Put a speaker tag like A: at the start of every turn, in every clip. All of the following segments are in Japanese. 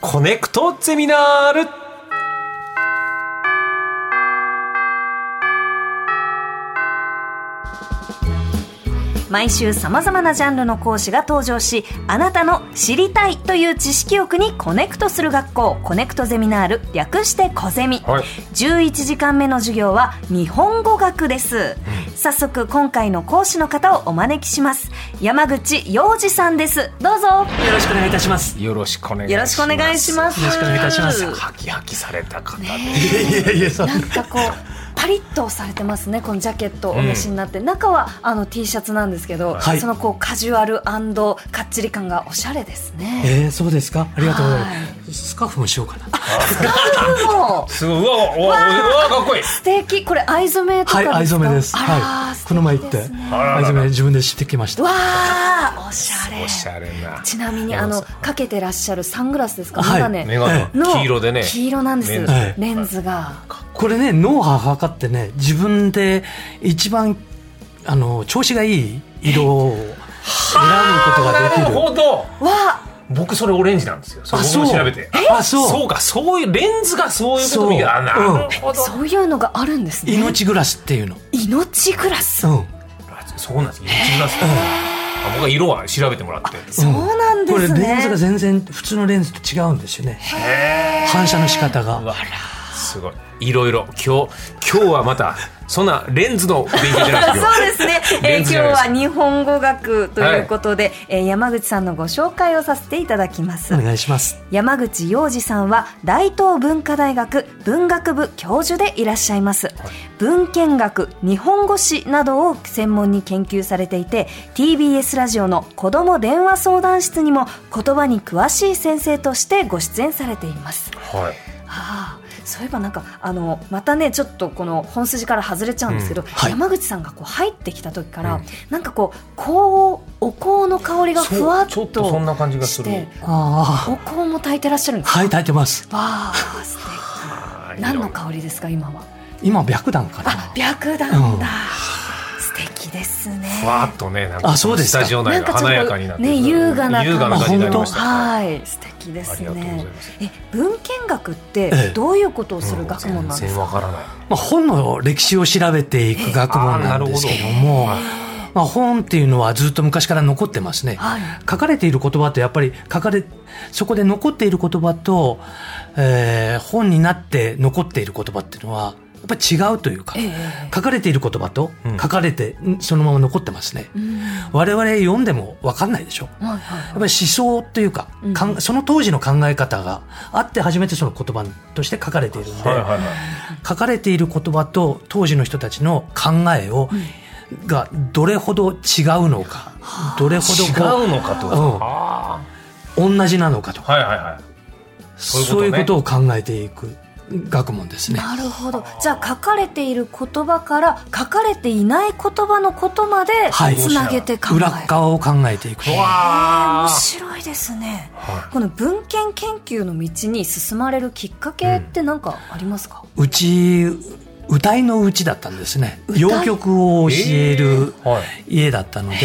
A: コネクトゼミナール
B: 毎週さまざまなジャンルの講師が登場しあなたの「知りたい」という知識欲にコネクトする学校コネクトゼミナール略して「コゼミ」
A: はい
B: 11時間目の授業は日本語学です早速今回の講師の方をお招きします山口洋二さんですどうぞ
C: よろしくお願いいたします。
A: よろしくお願いします
B: よろしくお願いします
C: よろしくお願いいたします
A: ハキハキされた方で、
C: いやいや、そ
B: なんかこうパリッとされてますねこのジャケットをお召しになって、中はあの T シャツなんですけど、
C: はい
B: そのこうカジュアルかっちり感がおしゃれですね。
C: えー、そうですか。ありがとうござい
B: は
C: ます。スカーフもしようかな。
B: もう
A: すごいうわうわうわうわかっこいい
B: 素敵これ藍染めとか
C: は
B: です
C: い、
B: か。
C: 藍染めです。
B: あらー、
C: はい。
B: 素
C: この前行
B: 敵で
C: って、
B: すね
C: 藍染め自分で知ってきました。
B: わあおしゃれ。
A: おしゃれな
B: ちなみにあのかけてらっしゃるサングラスですか。
C: はい
B: メガネ
A: メガネ
B: の
A: 黄色でね
B: 黄色なんです。
A: レ
B: レ
A: ン
B: ン
A: ズ
B: ズ,、
C: はい
B: が。
C: これね、脳波測ってね、自分で一番、あの、調子がいい色を選ぶことがで
A: な
C: き
A: る
C: る。
A: ほど
B: わ
A: 僕それオレンジなんですよそれ
C: あ
A: 僕も
C: そう
A: 調べて
C: あそう
A: そうかそういうレンズがそういうことみたいなあな
C: そう
A: るほど、
B: そういうのがあるんですね。
C: 命グラスっていうの。
B: 命グラス。
C: うん。
A: そうなんです一致なんですねあ僕は色は調べてもらって
B: そうなんで
C: これ
B: すね。
C: レンズが全然普通のレンズと違うんですよね。反射の仕方
A: う
C: が。
A: わすごいいろいろ今日今日はまたそんなレンズの勉強じゃないですよ
B: そうですね、え
A: レ
B: ー
A: ン
B: 今
A: ズ
B: 日
A: じゃないです
B: は日本語学ということで、えー山口さんのご紹介をさせていただきます
C: お。願いします。
B: 山口洋二さんは大東文化大学文学部教授でいらっしゃいます、文献学日本語史などを専門に研究されていて TBS ラジオの子ども電話相談室にも言葉に詳しい先生としてご出演されています
A: はい
B: ああそういえばなんかあのまたねちょっとこの本筋から外れちゃうんですけど、
C: はい
B: 山口さんがこう入ってきた時から、
A: うん
B: なんかこうこうお香の香りがふわっと
A: そうちょっとそんな感じがす
B: し
A: る
B: て
C: あ
B: お香も焚いてらっしゃるんで
C: あ。
B: すか、
C: はい、炊いてます。
B: わあ素敵
A: あー
B: 何の
A: 色々
B: 香りですか今は
C: 今白檀か
B: あ
C: な
B: 白檀だ、
C: うん
B: 素敵ですね
A: ふわっとねなんか
C: あそうですか
A: スタジオ内が華やかになって
B: ね優雅な感じ
A: 優雅な感じになりました
B: はい素敵です
A: ありがとうご
B: ね
A: ざいます
B: え文献学って
C: ええ
B: どういうことをする学問なんで
A: 全
B: す
A: 然
B: か、
A: わからない
C: まあ、本の歴史を調べていく学問なんですけども
A: あーなる
C: まあ、本っていうのはずっと昔から残ってますね、
B: はい
C: 書かれている言葉とやっぱり書かれそこで残っている言葉と、えー本になって残っている言葉っていうのはやっぱり違うというか、
B: ええ
C: 書かれている言葉と
A: うん
C: 書かれてんそのまま残ってますね、
B: うん
C: 我々読んでも分かんないでしょ
B: はいはい
C: やっぱり思想というか,
B: うん
C: かんその当時の考え方があって初めてその言葉として書かれているんで、
A: はいはいはい
C: 書かれている言葉と当時の人たちの考えを、がどれほど違うのか、どれほど
A: 違うのかと
C: うん
A: あ
C: こう同じなのかと
A: ーはいはいはいそういうこと
C: そう
A: ね
C: いうことを考えていく学問ですね。
B: なるほどじゃあ書かれている言葉から書かれていない言葉のことまで
C: はい
B: つなげて考える、
C: 裏側を考えていくと。
A: わー
B: 面白いですね、
A: は
B: この文献研究の道に進まれるきっかけって何かありますか、
C: うち歌いのうちだったんですね。
B: 歌い
C: 洋曲を教え
A: え
C: る
A: ーはい
C: 家だったので、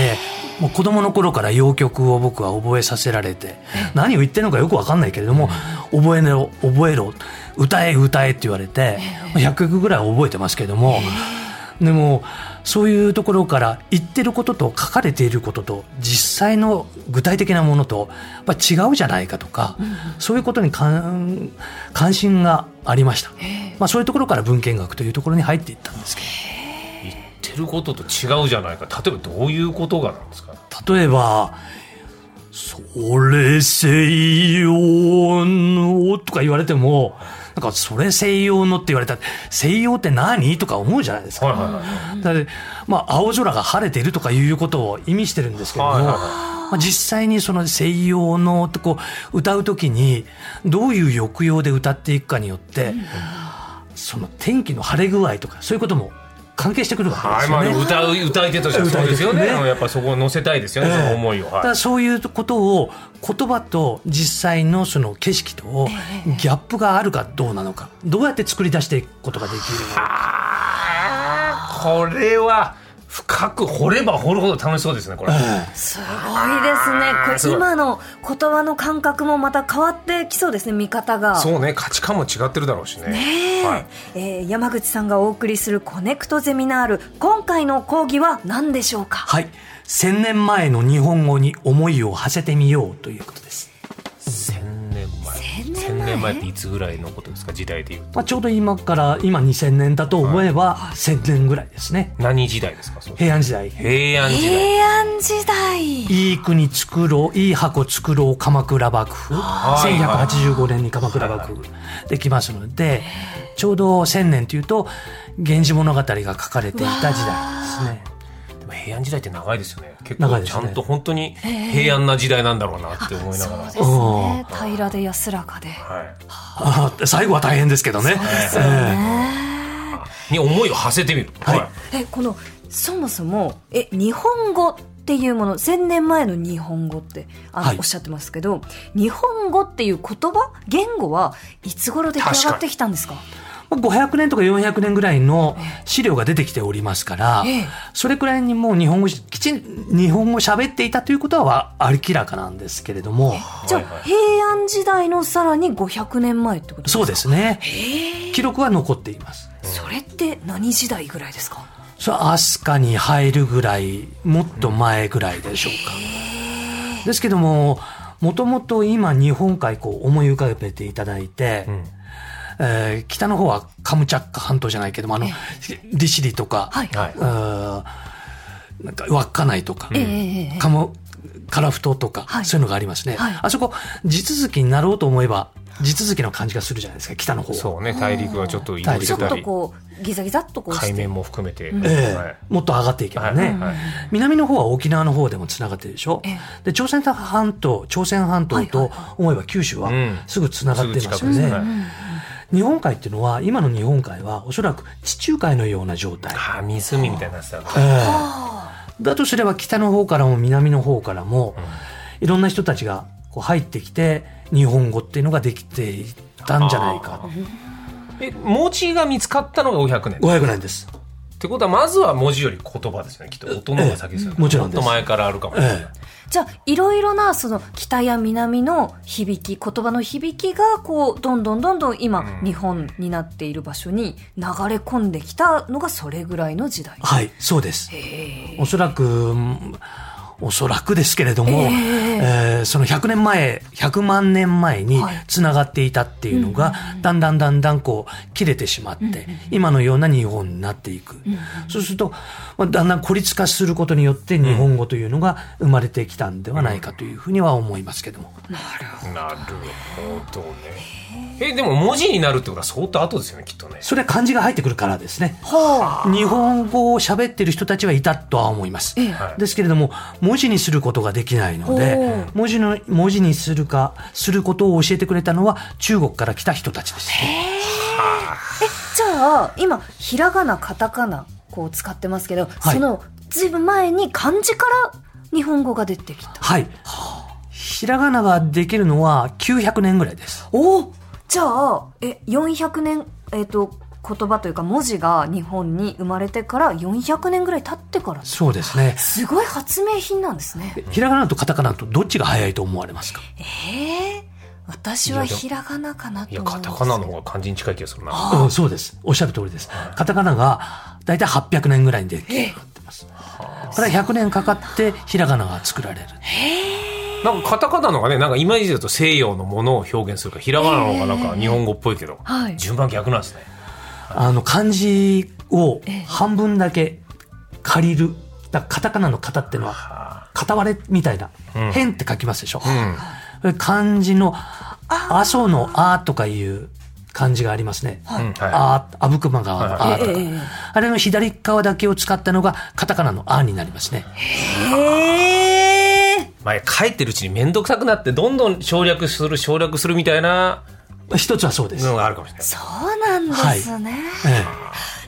C: もう子供の頃から洋曲を僕は覚えさせられて、何を言ってるのかよくわかんないけれども、覚えろ、覚えろ、歌え、歌えって言われて、100曲ぐらいは覚えてますけども、でも、そういうところから言ってることと書かれていることと実際の具体的なものとやっぱ違うじゃないかとか、そういうことに関関心がありました。まあ、そういうところから文献学というところに入っていったんですけ
A: 言ってることと違うじゃないか例えばどういうことがなんですか
C: ど例えば「それ西洋の」とか言われても「なんかそれ西洋の」って言われたら「西洋って何?」とか思うじゃないですか。
A: はいはいはい
C: だってまあ、青空が晴れているとかいうことを意味してるんですけども、
A: はいはいはい
C: まあ、実際にその西洋のとこう歌う時にどういう抑揚で歌っていくかによって、その天気の晴れ具合とかそういうことも関係してくるわけで
A: は
C: す
A: いまあ
C: よね。
A: でも歌う歌い手としてはそうですよね
C: 歌い手ですね
A: やっぱそこを乗せたいですよね、その思いを
C: だか
A: は
C: らそういうことを言葉と実際のその景色とギャップがあるかどうなのかどうやって作り出していくことができるのか
A: いこれは深く掘れば掘るほど楽しそうですねこれ、
B: すごいですね
A: あーすご
B: これ
A: い
B: 今の言葉の感覚もまた変わってきそうですね見方が
A: そうね価値観も違ってるだろうしね
B: ねえ
A: はい、
B: えー山口さんがお送りするコネクトゼミナール今回の講義は何でしょうか
C: はい1000年前の日本語に思いを馳せてみようということです、
A: 千年前
B: 千年前
A: 千年前っていつぐらいのことですか時代でいうと
C: まあ、ちょうど今から今2000年だと思えば1000年ぐらいですね
A: 何時代ですかそれ
C: 平安時代
A: 平安時代、
B: 平安時代
C: いい国作ろういい箱作ろう鎌倉幕府
A: い
C: 1185年に鎌倉幕府できますのでちょうど1000年というと「源氏物語」が書かれていた時代ですね。
A: でも平安時代って長いですよね結
C: 長
A: 構
C: いで
A: ち
C: す
A: ゃ
C: ね
A: んと本当に平安な時代なんだろうなって思いながら、
B: そうですね平らで安らかで、
A: はい
C: あー 最後は大変ですけどね。
B: ですよね
A: に思いを馳せてみる。
C: はい
B: えこのそもそもえ日本語っていうもの1000年前の日本語ってあの、
C: はい
B: おっしゃってますけど日本語っていう言葉言語はいつ頃出来上がってきたんですか
C: まあ500年とか400年ぐらいの資料が出てきておりますから
B: ええ、
C: それくらいにもう日本語し、きちん、日本語喋っていたということはわ明らかなんですけれども、
B: じゃあ、
A: はいはい
B: 平安時代のさらに500年前ってことですか
C: そうですね。
B: え
C: 記録は残っています。
B: ーそれって何時代ぐらいですか
C: それは飛鳥に入るぐらいもっと前ぐらいでしょうか、ですけどももともと今日本海こう思い浮かべていただいて、
A: ん
C: えー北の方はカムチャッカ半島じゃないけどもあの、利尻とか、
B: はい、
A: はい。
C: うんなんか稚内とか、
B: えええええ
C: カモカラフトとか、
B: はい
C: そういうのがありますね、
B: はい
C: あそこ地続きになろうと思えば地続きの感じがするじゃないですか北の方は
A: そうね、大陸はちょっと移動
C: 大
B: え
A: し
B: ちょ
A: て
B: ったと
A: り、
B: こうギザギザっとこうして
A: 海面も含めて。
B: ん
C: ええ
A: はい
C: もっと上がっていけばね、
A: はいはい
C: 南の方は沖縄の方でもつながってるでしょ、
B: ええ
C: で朝鮮半島朝鮮半島
B: はい
C: と思えば九州は
A: うん
C: すぐつながってますよ
A: すぐ
C: ね、
A: 近くですね
C: 日本海っていうのは今の日本海はおそらく地中海のような状態、
A: ああ、湖みたいになってたんだ
C: ええ
B: あ
C: だとすれば北の方からも南の方からも、いろんな人たちがこう入ってきて日本語っていうのができていったんじゃないか
A: え、文字が見つかったのが500年。
C: 500年です
A: ってことは、まずは文字より言葉ですね。きっと音の方が先ですよね。
C: ええもちろんです
A: もっと前からあるかもしれない。
C: え
B: ーじゃあいろいろなその北や南の響き言葉の響きがこうどんどんどんどん今、
A: うん
B: 日本になっている場所に流れ込んできたのがそれぐらいの時代
C: はいそうです
B: へ
C: おそらく、うんおそらくですけれども、
B: え
C: えーその100年前、100万年前に
B: はい
C: つながっていたっていうのが、だんだんだんだんこう切れてしまって、今のような日本になっていく。そうすると、まあ、だんだん孤立化することによって日本語というのが生まれてきたんではないかというふうには思いますけども。
A: なるほどね。え、でも文字になるってことは相当後ですよね、きっとね。
C: それは漢字が入ってくるからですね。
B: は
C: 日本語を喋ってる人たちはいたとは思います。
B: ええ
A: はい
C: ですけれども文字にすることができないの
B: お
C: で
B: ー
C: 文字の文字にするかすることを教えてくれたのは中国から来た人たちです。
B: じゃあ今ひらがなカタカナこう使ってますけど、
C: はい
B: そのずいぶん前に漢字から日本語が出てきた
C: はい。ひらがなができるのは900年ぐらいです。
B: おおじゃあえ400年えっ、と言葉というか文字が日本に生まれてから400年ぐらい経ってから
C: そうですね。
B: すごい発明品なんですね
C: ひらがなとカタカナとどっちが早いと思われますか。
B: ええ私はひらがなかなと
A: い
B: 思
A: や、
B: うんです
A: カタカナの方が漢字に近い気がするな。
C: うん、そうです。おっしゃる通りです。カタカナがだいたい800年ぐらいにできるようになってます。から100年かかってひらがなが作られる。
A: なんかカタカナの方がね、なんかイメージだと西洋のものを表現するから、ひらがなの方がなんか日本語っぽいけど、
B: はい
A: 順番逆なんですね。
C: あの漢字を半分だけ借りる。だからカタカナの型ってのは、片割れみたいな。変って書きますでしょ。それ漢字の、阿蘇のあとかいう漢字がありますね。
A: うんはい
C: あ、あぶくま川のあとか
B: ええええ。
C: あれの左側だけを使ったのがカタカナのあになりますね。
B: へえ
A: 前書いてるうちに面倒くさくなってどんどん省略する省略するみたいな
C: 一つはそうです。
A: のがあるかもしれない
B: そうなんですね、
C: え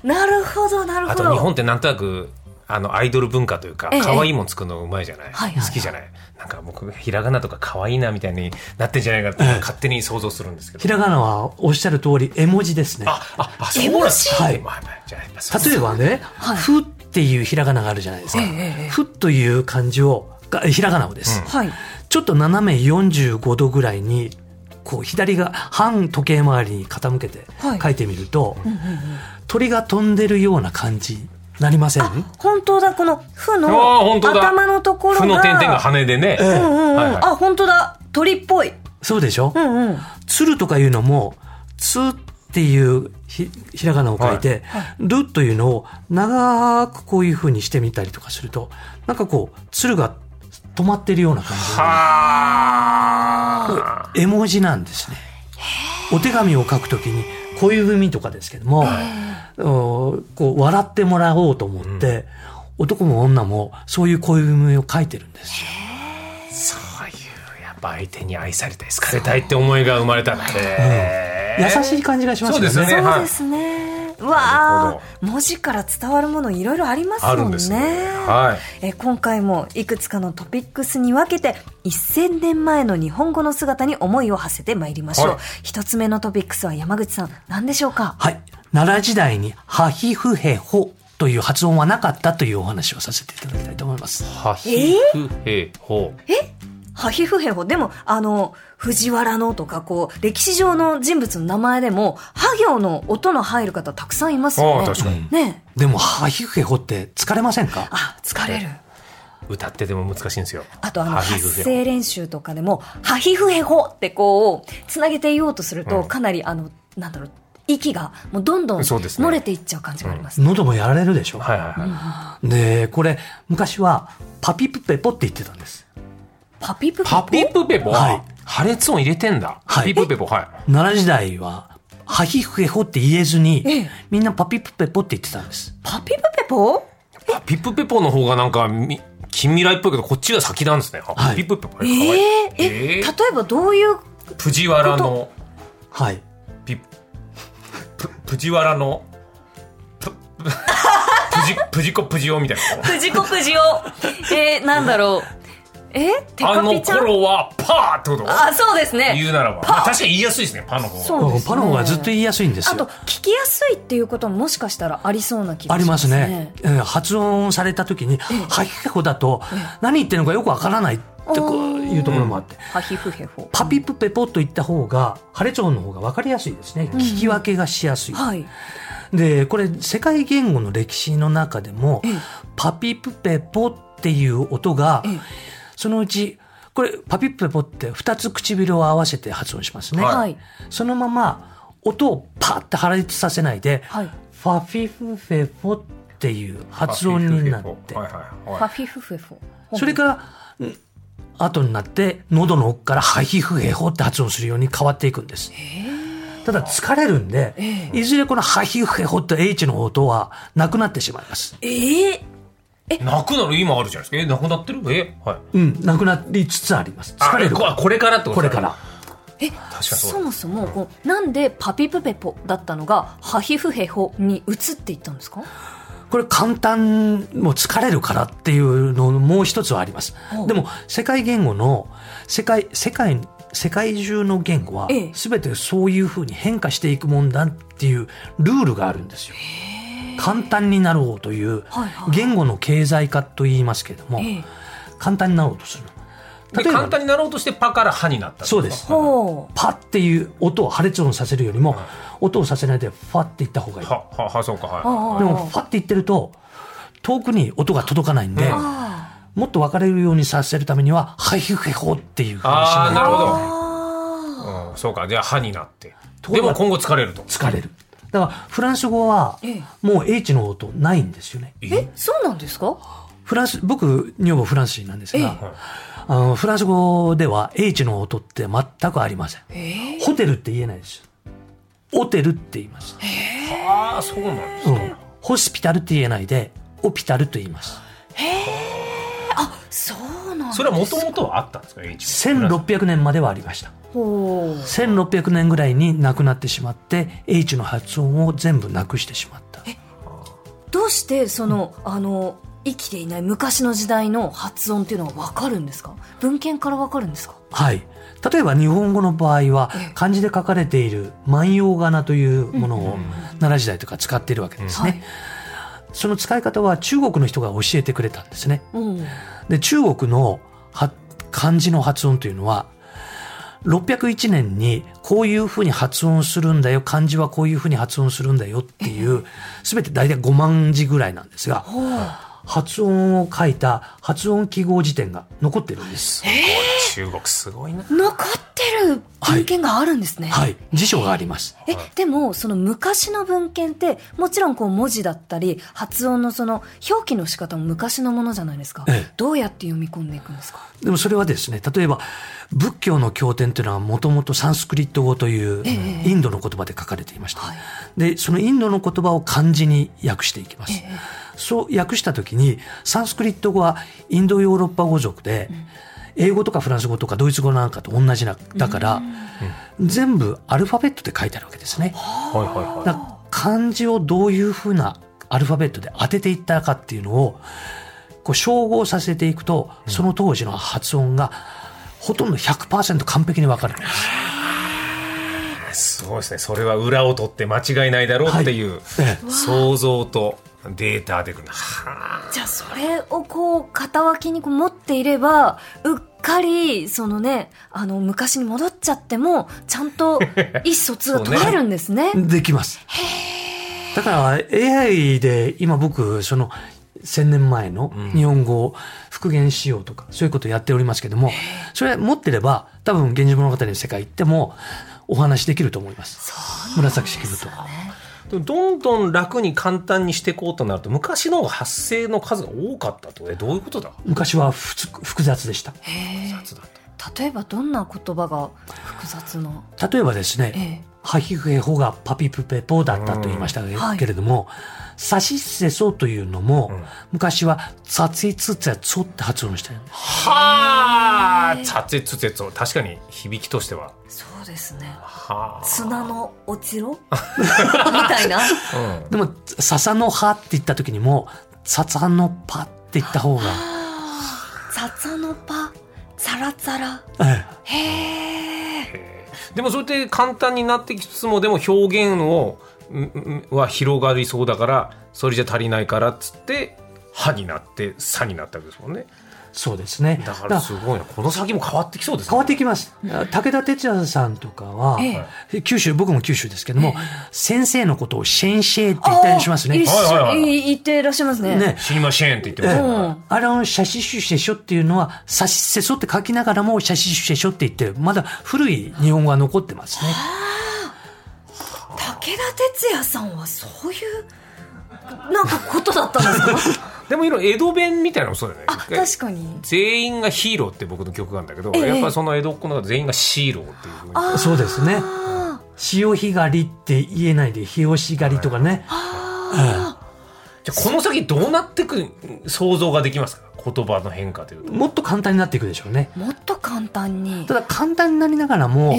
C: え
B: なるほどなるほ
A: あ
B: ど
A: と日本ってなんとなくあのアイドル文化というか
B: ええ
A: 可愛いもん作るのうまいじゃない、
B: はいはいはい
A: 好きじゃないなんか僕ひらがなとか可愛いなみたいになってんじゃないかって勝手に想像するんですけど、
C: ひらがなはおっしゃる通り絵文字ですね。
A: あああそうなんですか
C: 絵文字
A: まあまあじゃあやっぱそう
C: 例えばね、ふっっていうひらがながあるじゃないですか。
B: ええええ
C: ふという漢字を、がひらがなをです。
B: はい。
C: ちょっと斜め45度ぐらいに、こう左が半時計回りに傾けて
B: はい
C: 書いてみると、鳥が飛んでるような感じになりません
B: 本当だ、この、ふ
A: あー
B: の
A: 本当だ
B: 頭のところが。
A: 負の点々が羽でね、
B: うんうんうん。
A: はいはい
B: あ、本当だ。鳥っぽい。
C: そうでしょ、
B: うんうん。
C: 鶴とかいうのも、つっていうひひらがなを書いて、るというのを長くこういう風にしてみたりとかすると、なんかこう、鶴が止まってるような感
A: はあ
C: じ。絵文字なんですね。お手紙を書くときに、こういう文とかですけども、おこう笑ってもらおうと思って、男も女もそういう恋文を書いてるんですよ。
A: そういうやっぱ相手に愛されたい好かれたいって思いが生まれたって、
C: 優しい感じがしますよね。
A: そうですね
B: そう
A: はい
B: ですね。
A: な
B: わ
A: る
B: あ、文字から伝わるものいろいろありますもんね。
A: あるんですねはい
B: えー今回もいくつかのトピックスに分けて1000年前の日本語の姿に思いを馳せてまいりましょう。
A: はい
B: 一つ目のトピックスは山口さん、何でしょうか
C: はい。奈良時代に、ハヒフヘホという発音はなかったというお話をさせていただきたいと思います。
A: はひふへほ
B: ハヒフヘホ。でも、あの、藤原のとか、こう、歴史上の人物の名前でも、ハ行の音の入る方たくさんいますよ
A: あ
B: ね。
A: あ確かに
B: ねえ
C: でも、ハヒフヘホって疲れませんか
B: あ、疲れる。
A: 歌ってても難しいんですよ
B: あとあの
A: はひふ
B: 発
A: へ
B: 声練習とかでも「ハヒフヘホ」ってこうつなげていようとすると、
A: うん
B: かなりあのなんだろう息がもうどんどん
A: そうですね
B: 漏れていっちゃう感じがあります
C: 喉もやられるでしょ、
A: はいはいはい、
C: で、これ、昔は、パピプペポって言ってたんです。
B: パピプペポ
A: パピプペポは、
C: はい
A: 破裂音入れてんだ、
C: はい
A: パピプペポはい
C: 奈良時代は、ハヒフヘホって言えず
B: え
C: に
B: え、
C: みんなパピプペポって言ってたんです。
B: パピプペポ
A: パピプペポの方がなんかみ近未来っぽいけどこっちが先なんですね、あ
C: はい
A: パピプペポ
B: え
A: ねかわいい
B: ええ例え
A: ー
B: ばどういう
A: 藤原の
C: はい。
A: ピプ藤原のププ藤藤子藤オみたい な
B: くじこくじをえー、なんだろうえテ
A: あ
B: カ
A: の
B: ピちゃん
A: 頃はパーってこと
B: あそうですね
A: 言うならば、まあ、確かに言いやすいですねパの方が
B: そうですね
C: パの方がずっと言いやすいんです
B: あと
C: よ。
B: 聞きやすいっていうことももしかしたらありそうな気が
C: あり
B: しま
C: ま
B: す
C: すね
B: ね。
C: えー発音された時に、ハヒフヘホだと、何言ってるのかよくわからないってこういうところもあって。
B: ハヒフヘホ
C: パピプペポといった方が破裂音の方が分かりやすいですね聞き分けがしやすい、
B: はい
C: でこれ世界言語の歴史の中でも
B: ええ
C: パピプペポっていう音が
B: ええ
C: そのうちこれパピプペポって2つ唇を合わせて発音しますね、
A: はい
B: はい
C: そのまま音をパッて破裂させないで、
B: はい
C: ファフィフフェポっていう発音になって
A: パピプペポはいはい
B: ハ
A: はい
B: フィフフェフォ
C: それからん後になって喉の奥からハヒフヘホって発音するように変わっていくんです。ただ疲れるんで、いずれこのハヒフヘホって H の音はなくなってしまいます。
B: ええ
A: なくなる今あるじゃないですかえなくなってるえはい
C: うん、なくなりつつあります。
A: あ
C: 疲れる。
A: ここれからってこと
C: これ
A: だ
C: から。
B: え
A: かにそう
B: そもそもこうなんでパピプペポだったのがハヒフヘホに移っていったんですか
C: これ簡単、もう疲れるからっていうのもう一つはあります
B: ほう。
C: でも、世界言語の、世界、世界、世界中の言語は
B: ええ、
C: すべてそういうふうに変化していくもんだっていうルールがあるんですよ。簡単になろうという
B: はいはい、
C: 言語の経済化と言いますけれども、
B: ええ
C: 簡単になろうとする。
A: で
C: 例えば
A: 簡単になろうとしてパから歯になったってこと
C: そうです
B: ほ
C: パっていう音を破裂音させるよりも、音をさせないで、ファって言った方がいい。
A: はははそうか
B: う
A: は
B: あ
C: で
B: あ
C: も、ファって言ってると、遠くに音が届かないんで、
A: うん
B: あ
C: もっと分かれるようにさせるためには、ハイフヘホっていう風にし
A: あーなる
C: ない
A: ほど
B: あ
A: い、うん、そうかじゃあ歯になって
C: とこ
A: で
C: ろが
A: も今後疲れると
C: 疲れる。だから、フランス語は
B: ええ、
C: もう H の音ないんですよね。
B: ーえそうなんですか
C: フランス、僕、女房フランス人なんです
B: ええ
C: が、あのフランス語では H の音って全くありません。
B: ええ
C: ホテルって言えないです。オテルって言います。
A: ああそうなんです
C: うんホスピタルって言えないで、オピタルと言います。
B: そうなん
A: それはもともとはあったんですか H
C: 1600年まではありました。
B: ほう
C: 1600年ぐらいになくなってしまって、H の発音を全部なくしてしまった。
B: どうしてそのあの生きていない昔の時代の発音っていうのがわかるんですか文献からわかるんですか
C: はい。例えば日本語の場合は
B: ええ
C: 漢字で書かれている万葉仮名というもの
A: う
C: を
A: ん
C: 奈良時代とか使っているわけですね。その使い方は中国の人が教えてくれたんですね。
B: うん
C: で中国のは漢字の発音というのは601年にこういうふうに発音するんだよ漢字はこういうふうに発音するんだよっていう全て大体5万字ぐらいなんですが
B: ほう
C: 発音を書いた発音記号辞典が残ってるんです。
A: 中国すごいな。
B: 残ってる文献があるんですね、
C: はい、辞書があります。
B: えでもその昔の文献ってもちろんこう文字だったり発音のその表記の仕方も昔のものじゃないですか、
C: ええ
B: どうやって読み込んでいくんですか
C: でもそれはですね、例えば仏教の経典というのはもともとサンスクリット語という
B: ええ
C: インドの言葉で書かれていました。
B: はい
C: で、そのインドの言葉を漢字に訳していきます。
B: ええ
C: そう訳した時に、サンスクリット語はインドヨーロッパ語族で、英語とかフランス語とかドイツ語なんかと同じな、だから、全部アルファベットで書いてあるわけですね。
A: はいはい
C: だ
A: は
C: から漢字をどういうふうなアルファベットで当てていったかっていうのをこう照合させていくと、その当時の発音がほとんど100%完璧に分かるんです。
A: い。すごいですね。それは裏を取って間違いないだろうっていう、
C: え
A: 想像とデータでくるな。は
B: じゃあそれをこう肩脇にこう持っていればうっかりそのねあの昔に戻っちゃってもちゃんと意思疎通が取れるんですね
C: えできます。だから AI で今僕その1000年前の日本語を復元しようとか、そういうことをやっておりますけどもそれ持ってれば多分「源氏物語」の世界行ってもお話できると思います。紫式部とか。
A: あでもどんどん楽に簡単にしていこうとなると、昔の方が発生の数が多かったってことねどういうことだ
C: 昔はふつ複雑でした。
B: へえ
A: 雑だって
B: 例えばどんな言葉が複雑な
C: 例えばですね、
B: え
C: ハヒフヘホがパピプペポだったと言いましたけ
B: はい
C: けれども、サシッセソというのも、昔はサツイツツヤツォって発音したよね。
A: はあ、たてつてつを確かに響きとしては。
B: えそうですね
A: はあ。
B: 砂の落ちろみたいな
A: うん。
C: でも、笹の葉って言った時にも、サツハのパって言った方が、
B: ささのパザラザラ
C: ええ
B: へえ
A: でもそれって簡単になってきつつも、でも表現を、んんは広がりそうだから、それじゃ足りないからっつって、歯になって、さになったわけですもんね。
C: そうですね。
A: だからすごいな。この先も変わってきそうですね。
C: 変わってきます。武田鉄矢さんとかは、
B: え
C: 九州、僕も九州ですけども、先生のことを先生って言ったりします
B: あ
C: ね。
B: ーいっし
A: はいはいはい
B: い言ってらっしゃいますね
C: ね
A: 死にましぇんって言ってました
B: う
A: ね
B: ん
C: あれの写真集せしょっていうのは、写真せそって書きながらも写真集せしょって言って、まだ古い日本語が残ってますね。
B: 武田鉄矢さんはそういうなんかことだったんです か
A: でもいろいろ江戸弁みたいなのもそうだよね。
B: あ確かに
A: 全員がヒーローって僕の曲なんだけど、
B: ええ
A: やっぱりその江戸っ子の中で全員がシーローっていうふうに。
B: あー
C: そうですね
B: あ
C: 潮干狩りって言えないで、日吉狩りとかね。
A: じ
B: ー
A: ゃあこの先どうなってく想像ができますか言葉の変化というと。
C: もっと簡単になっていくでしょうね。
B: もっと簡単に
C: ただ簡単になりながらも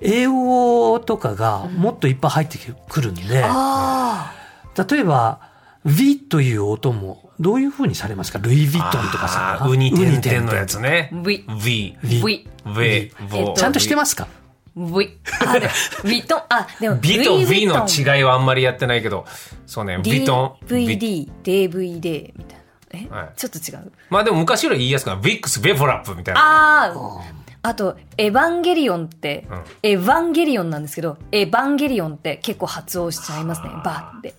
B: え、
C: 英語とかがもっといっぱい入ってくるんで、
B: あ
C: 例えば、V という音も、どういう風にされますかルイ・ヴィトンとか
A: あ
C: さ。
A: ーウニ点
C: て
A: 々
C: ん
A: のやつね。
B: V
A: V。
B: あ
C: V
B: ビ
A: ヴ
B: えっ
A: ボ
B: と
C: ちゃんとしてますか
B: V あでビトンあでも
A: ビと V の
B: う
A: 違いはあんまりやってないけど、そうね、ビトン。ビ
B: VD DVD みたいなえ、
A: はい
B: ちょっと違う
A: まあでも昔より言いやすくなる。ビックス、ベフラップみたいな。
B: あああと「エヴァンゲリオン」って「
A: うん
B: エヴァンゲリオン」なんですけど「エヴァンゲリオン」って結構発音しちゃいますねバーって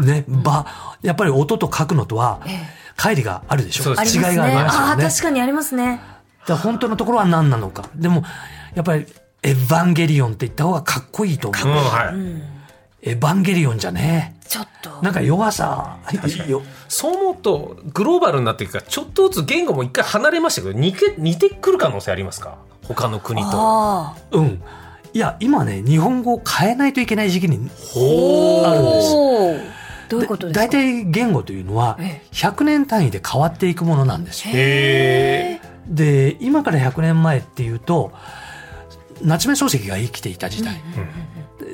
C: ね、ば、やっぱり音と書くのとは、乖離があるでしょ
A: そうです
B: あります
C: 違
B: ね
C: いがあります
B: あ
C: よ
B: あ
C: ね。
B: ー確かにありますね
C: だから本当のところは何なのか。でも、やっぱり、エヴァンゲリオンって言った方がかっこいいと思
A: うん、
C: う。
A: はい。
C: エヴァンゲリオンじゃね
B: ちょっと
C: なんか弱さ、よ
A: そう思うと、グローバルになっていくから、ちょっとずつ言語も一回離れましたけど、似て、似てくる可能性ありますか他の国と。
B: あ
C: うん。いや、今ね、日本語を変えないといけない時期に
A: ほ
C: あ
B: あ
C: るんです。
B: おーどういうことですか
C: 大体言語というのは
B: ええ
C: 100年単位で変わっていくものなんですよ。
A: へえ。
C: で今から100年前っていうと夏目漱石が生きていた時代、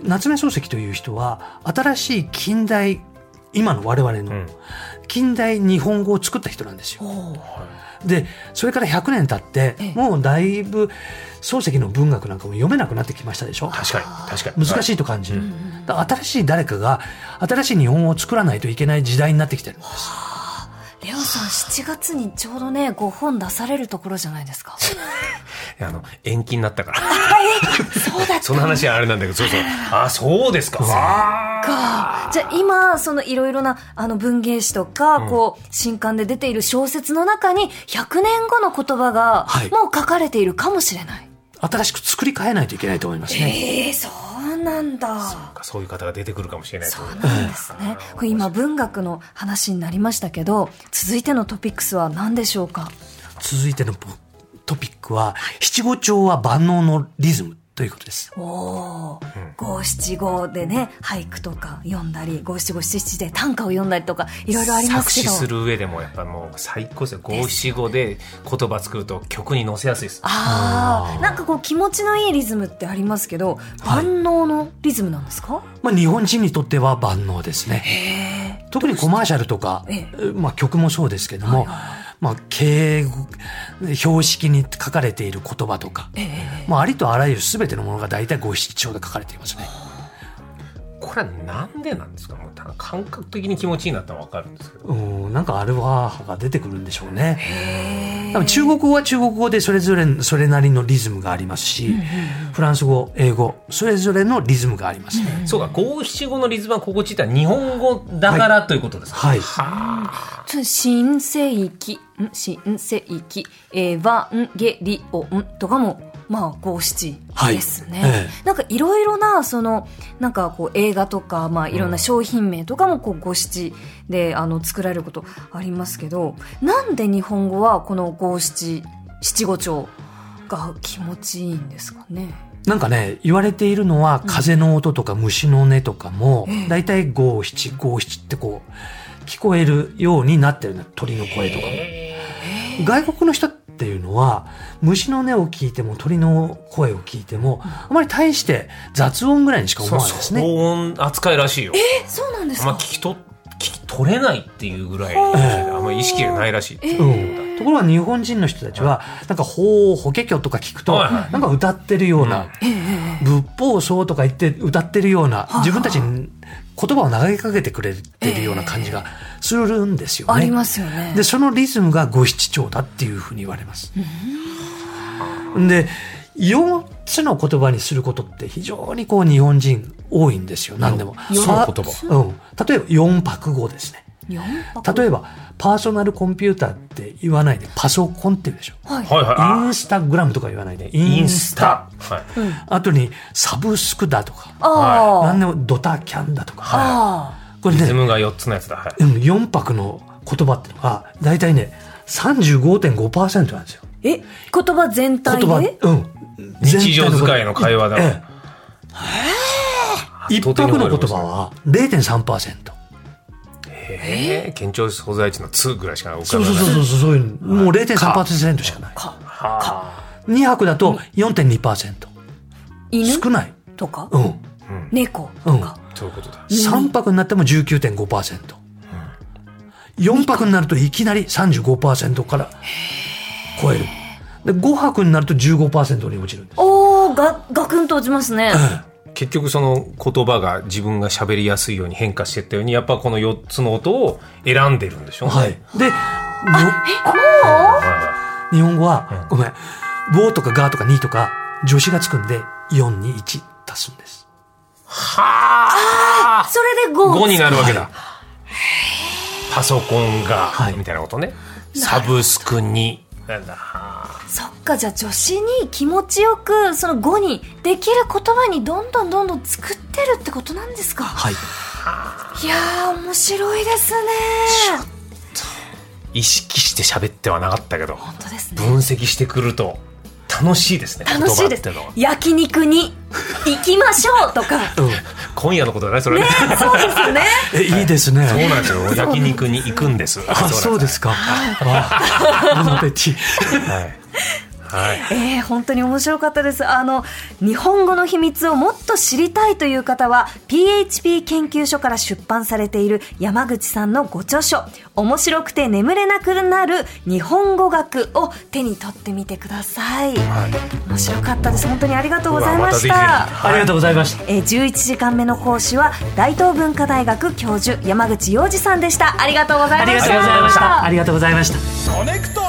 C: 夏目漱石という人は新しい近代今の我々
A: う
C: の
A: ん
C: 近代日本語を作った人なんですよ。
B: おー
C: でそれから100年経って
B: ええ
C: もうだいぶ漱石の文学なんかも読めなくなってきましたでしょ
A: 確かに確かに
C: 難
A: い、
C: しいと感じる、だから新しい誰かが新しい日本語を作らないといけない時代になってきてるんです
B: レオさん7月にちょうどね5本出されるところじゃないです か
A: いやあの延期になったから
B: そうだった
A: その話はあれなんだけど、そうそう。あ、そうですか。あ
B: かじゃあ今そのいろいろなあの文芸誌とか、
A: ん
B: こう新刊で出ている小説の中に100年後の言葉が
C: はい
B: もう書かれているかもしれない、
C: 新しく作り変えないといけないと思いますね、
B: ええそうなんだ
A: ーそういう方が出てくるかもしれないと
B: そ
A: 思
B: う
A: う。
B: なんですねこれ今文学の話になりましたけど続いてのトピックスは何でしょうか
C: 続いてのポトピックは七五調は万能のリズムということです
B: おお五七五でね俳句とか読んだり五七五七七で短歌を読んだりとかいろいろあります
A: 作
B: け
A: 詞
B: ど
A: する上でもやっぱもう最高ですよ。五七五で言葉作ると曲に乗せやすいです。
B: ああなんかこう気持ちのいいリズムってありますけど万能のリズムなんですか、
C: まあ日本人にとっては万能ですね
B: へ
C: 特にコマーシャルとか
B: え、
C: まあ、曲もそうですけども、まあ、敬語標識に書かれている言葉とか、まあ、ありとあらゆる全てのものが大体五七調で書かれていますね。
A: これはなんでなんですかもうただ感覚的に気持ちいいなったらわかるんですけど。
C: うんなんかアルファが出てくるんでしょうね。多分中国語は中国語でそれぞれそれなりのリズムがありますし、フランス語英語それぞれのリズムがありますね。
A: そうか、五七五のリズムは心地いいってのは日本語だからということですか。
C: はい、
B: ー新世紀ん新世紀エヴァンゲリオンとかもまあ五七
C: はい
B: ですね、
C: え
B: なんかいろいろなそのなんかこう映画とかまあいろんな商品名とかもこう五七であの作られることありますけどなんで日本語はこの五七七五調が気持ちいいんですかね
C: なんかね言われているのは風の音とか虫の音とかも、大体五七五七ってこう聞こえるようになってるの鳥の声とかも。外国の人っていうのは虫の音を聞いても鳥の声を聞いてもあまり大して雑音ぐらいにしか思
A: そう
C: わないです
A: 騒
C: ね。
A: 音扱いらしいよ。
B: えそうなんです
A: あんま
B: か、
A: 聞きと聞き取れないっていうぐらい、あんま意識がないらしいっていう。
C: うん、ところが日本人の人たちはなんか「ほう法華経」とか聞くと
A: はいは
C: なんか歌ってるような「仏法僧」とか言って歌ってるような自分たちに言葉を投げかけてくれてるような感じがするんですよ
B: あり
C: ね。
B: ますよね
C: でそのリズムが五七調だっていうふうに言われます。で4つの言葉にすることって非常にこう日本人多いんですよ何でも。
A: 四
C: さ
A: の言葉
C: うん、例えば4拍語ですね。
B: 四拍
C: 例えばパーソナルコンピューターって言わないでパソコンって言うでしょ。
B: はい
A: はいはい。あ
C: インスタグラムとか言わないでイ
A: イ
C: ン
A: ン
C: ス
A: ス
C: タ
A: タ。。はい。
C: あとにサブスクだとか。
B: あー
C: 何でもドタキャンだとか。
B: あー
C: これ
A: リズ
C: ね、
A: ムが4つのやつだ。はい。
C: 4拍の言葉ってのが大体ね35.5%なんですよ。
B: え言葉全体で
C: 言葉、うん。
A: 日常使いの会話だもん
C: ええ一
A: 圧倒的
C: 泊
A: に
C: の
A: 覚え
C: 言
A: てます
C: 葉は0.3%。
A: ええ県庁所在地の2ぐらいしか浮か
C: そ
A: ば
C: う
A: な
C: そ
A: いう
C: そうそう、そういうの。もう0.3%しかない。
A: は
C: 2泊だと4.2%。
B: 犬
C: 少ない。
B: とか
C: うん。
B: 猫とか、
A: あそういうことだ
C: 3泊になっても19.5%。4泊になるといきなり35%から超える。で、5泊になると15%に落ちるんです。
B: おおがガクンと落ちますね、
A: 結局その言葉が自分が喋りやすいように変化していったようにやっぱこの4つの音を選んでるんでしょうね
C: はい。で、
A: は
C: 日本語は、ごめん、棒とかガーとか2とか助詞がつくんで、4に1足すんです。
A: あ
B: それで5
A: 5になるわけだパソコンが
C: はい
A: みたいなことねサブスクになんだ
B: そっかじゃあ女子に気持ちよくその5にできる言葉にどんどんどんどん作ってるってことなんですか
C: はい。
B: いやー面白いですね
A: 意識して喋ってはなかったけど
B: 本当ですね
A: 分析してくると楽しいですね
B: 楽しいです
A: 言葉ってのは
B: 焼肉に行きましょうと か
C: うん。
A: 今夜のことだねそれね
B: そうですよね
C: え、いいですね。
A: そうなんですよ焼肉に行くんです
C: あ、そうですか。あ、ボンアペティ。
A: はいはい
B: えー本当に面白かったですあの日本語の秘密をもっと知りたいという方は PHP 研究所から出版されている山口さんのご著書「面白くて眠れなくなる日本語学」を手に取ってみてください面白かったです本当にありがとうございまし
A: うわまた
B: た
A: できる
C: ありがとうございました
B: えー11時間目の講師は大東文化大学教授山口洋二さんでしたありがとうございました
C: ありがとうございましたありがとうございました
D: コネクト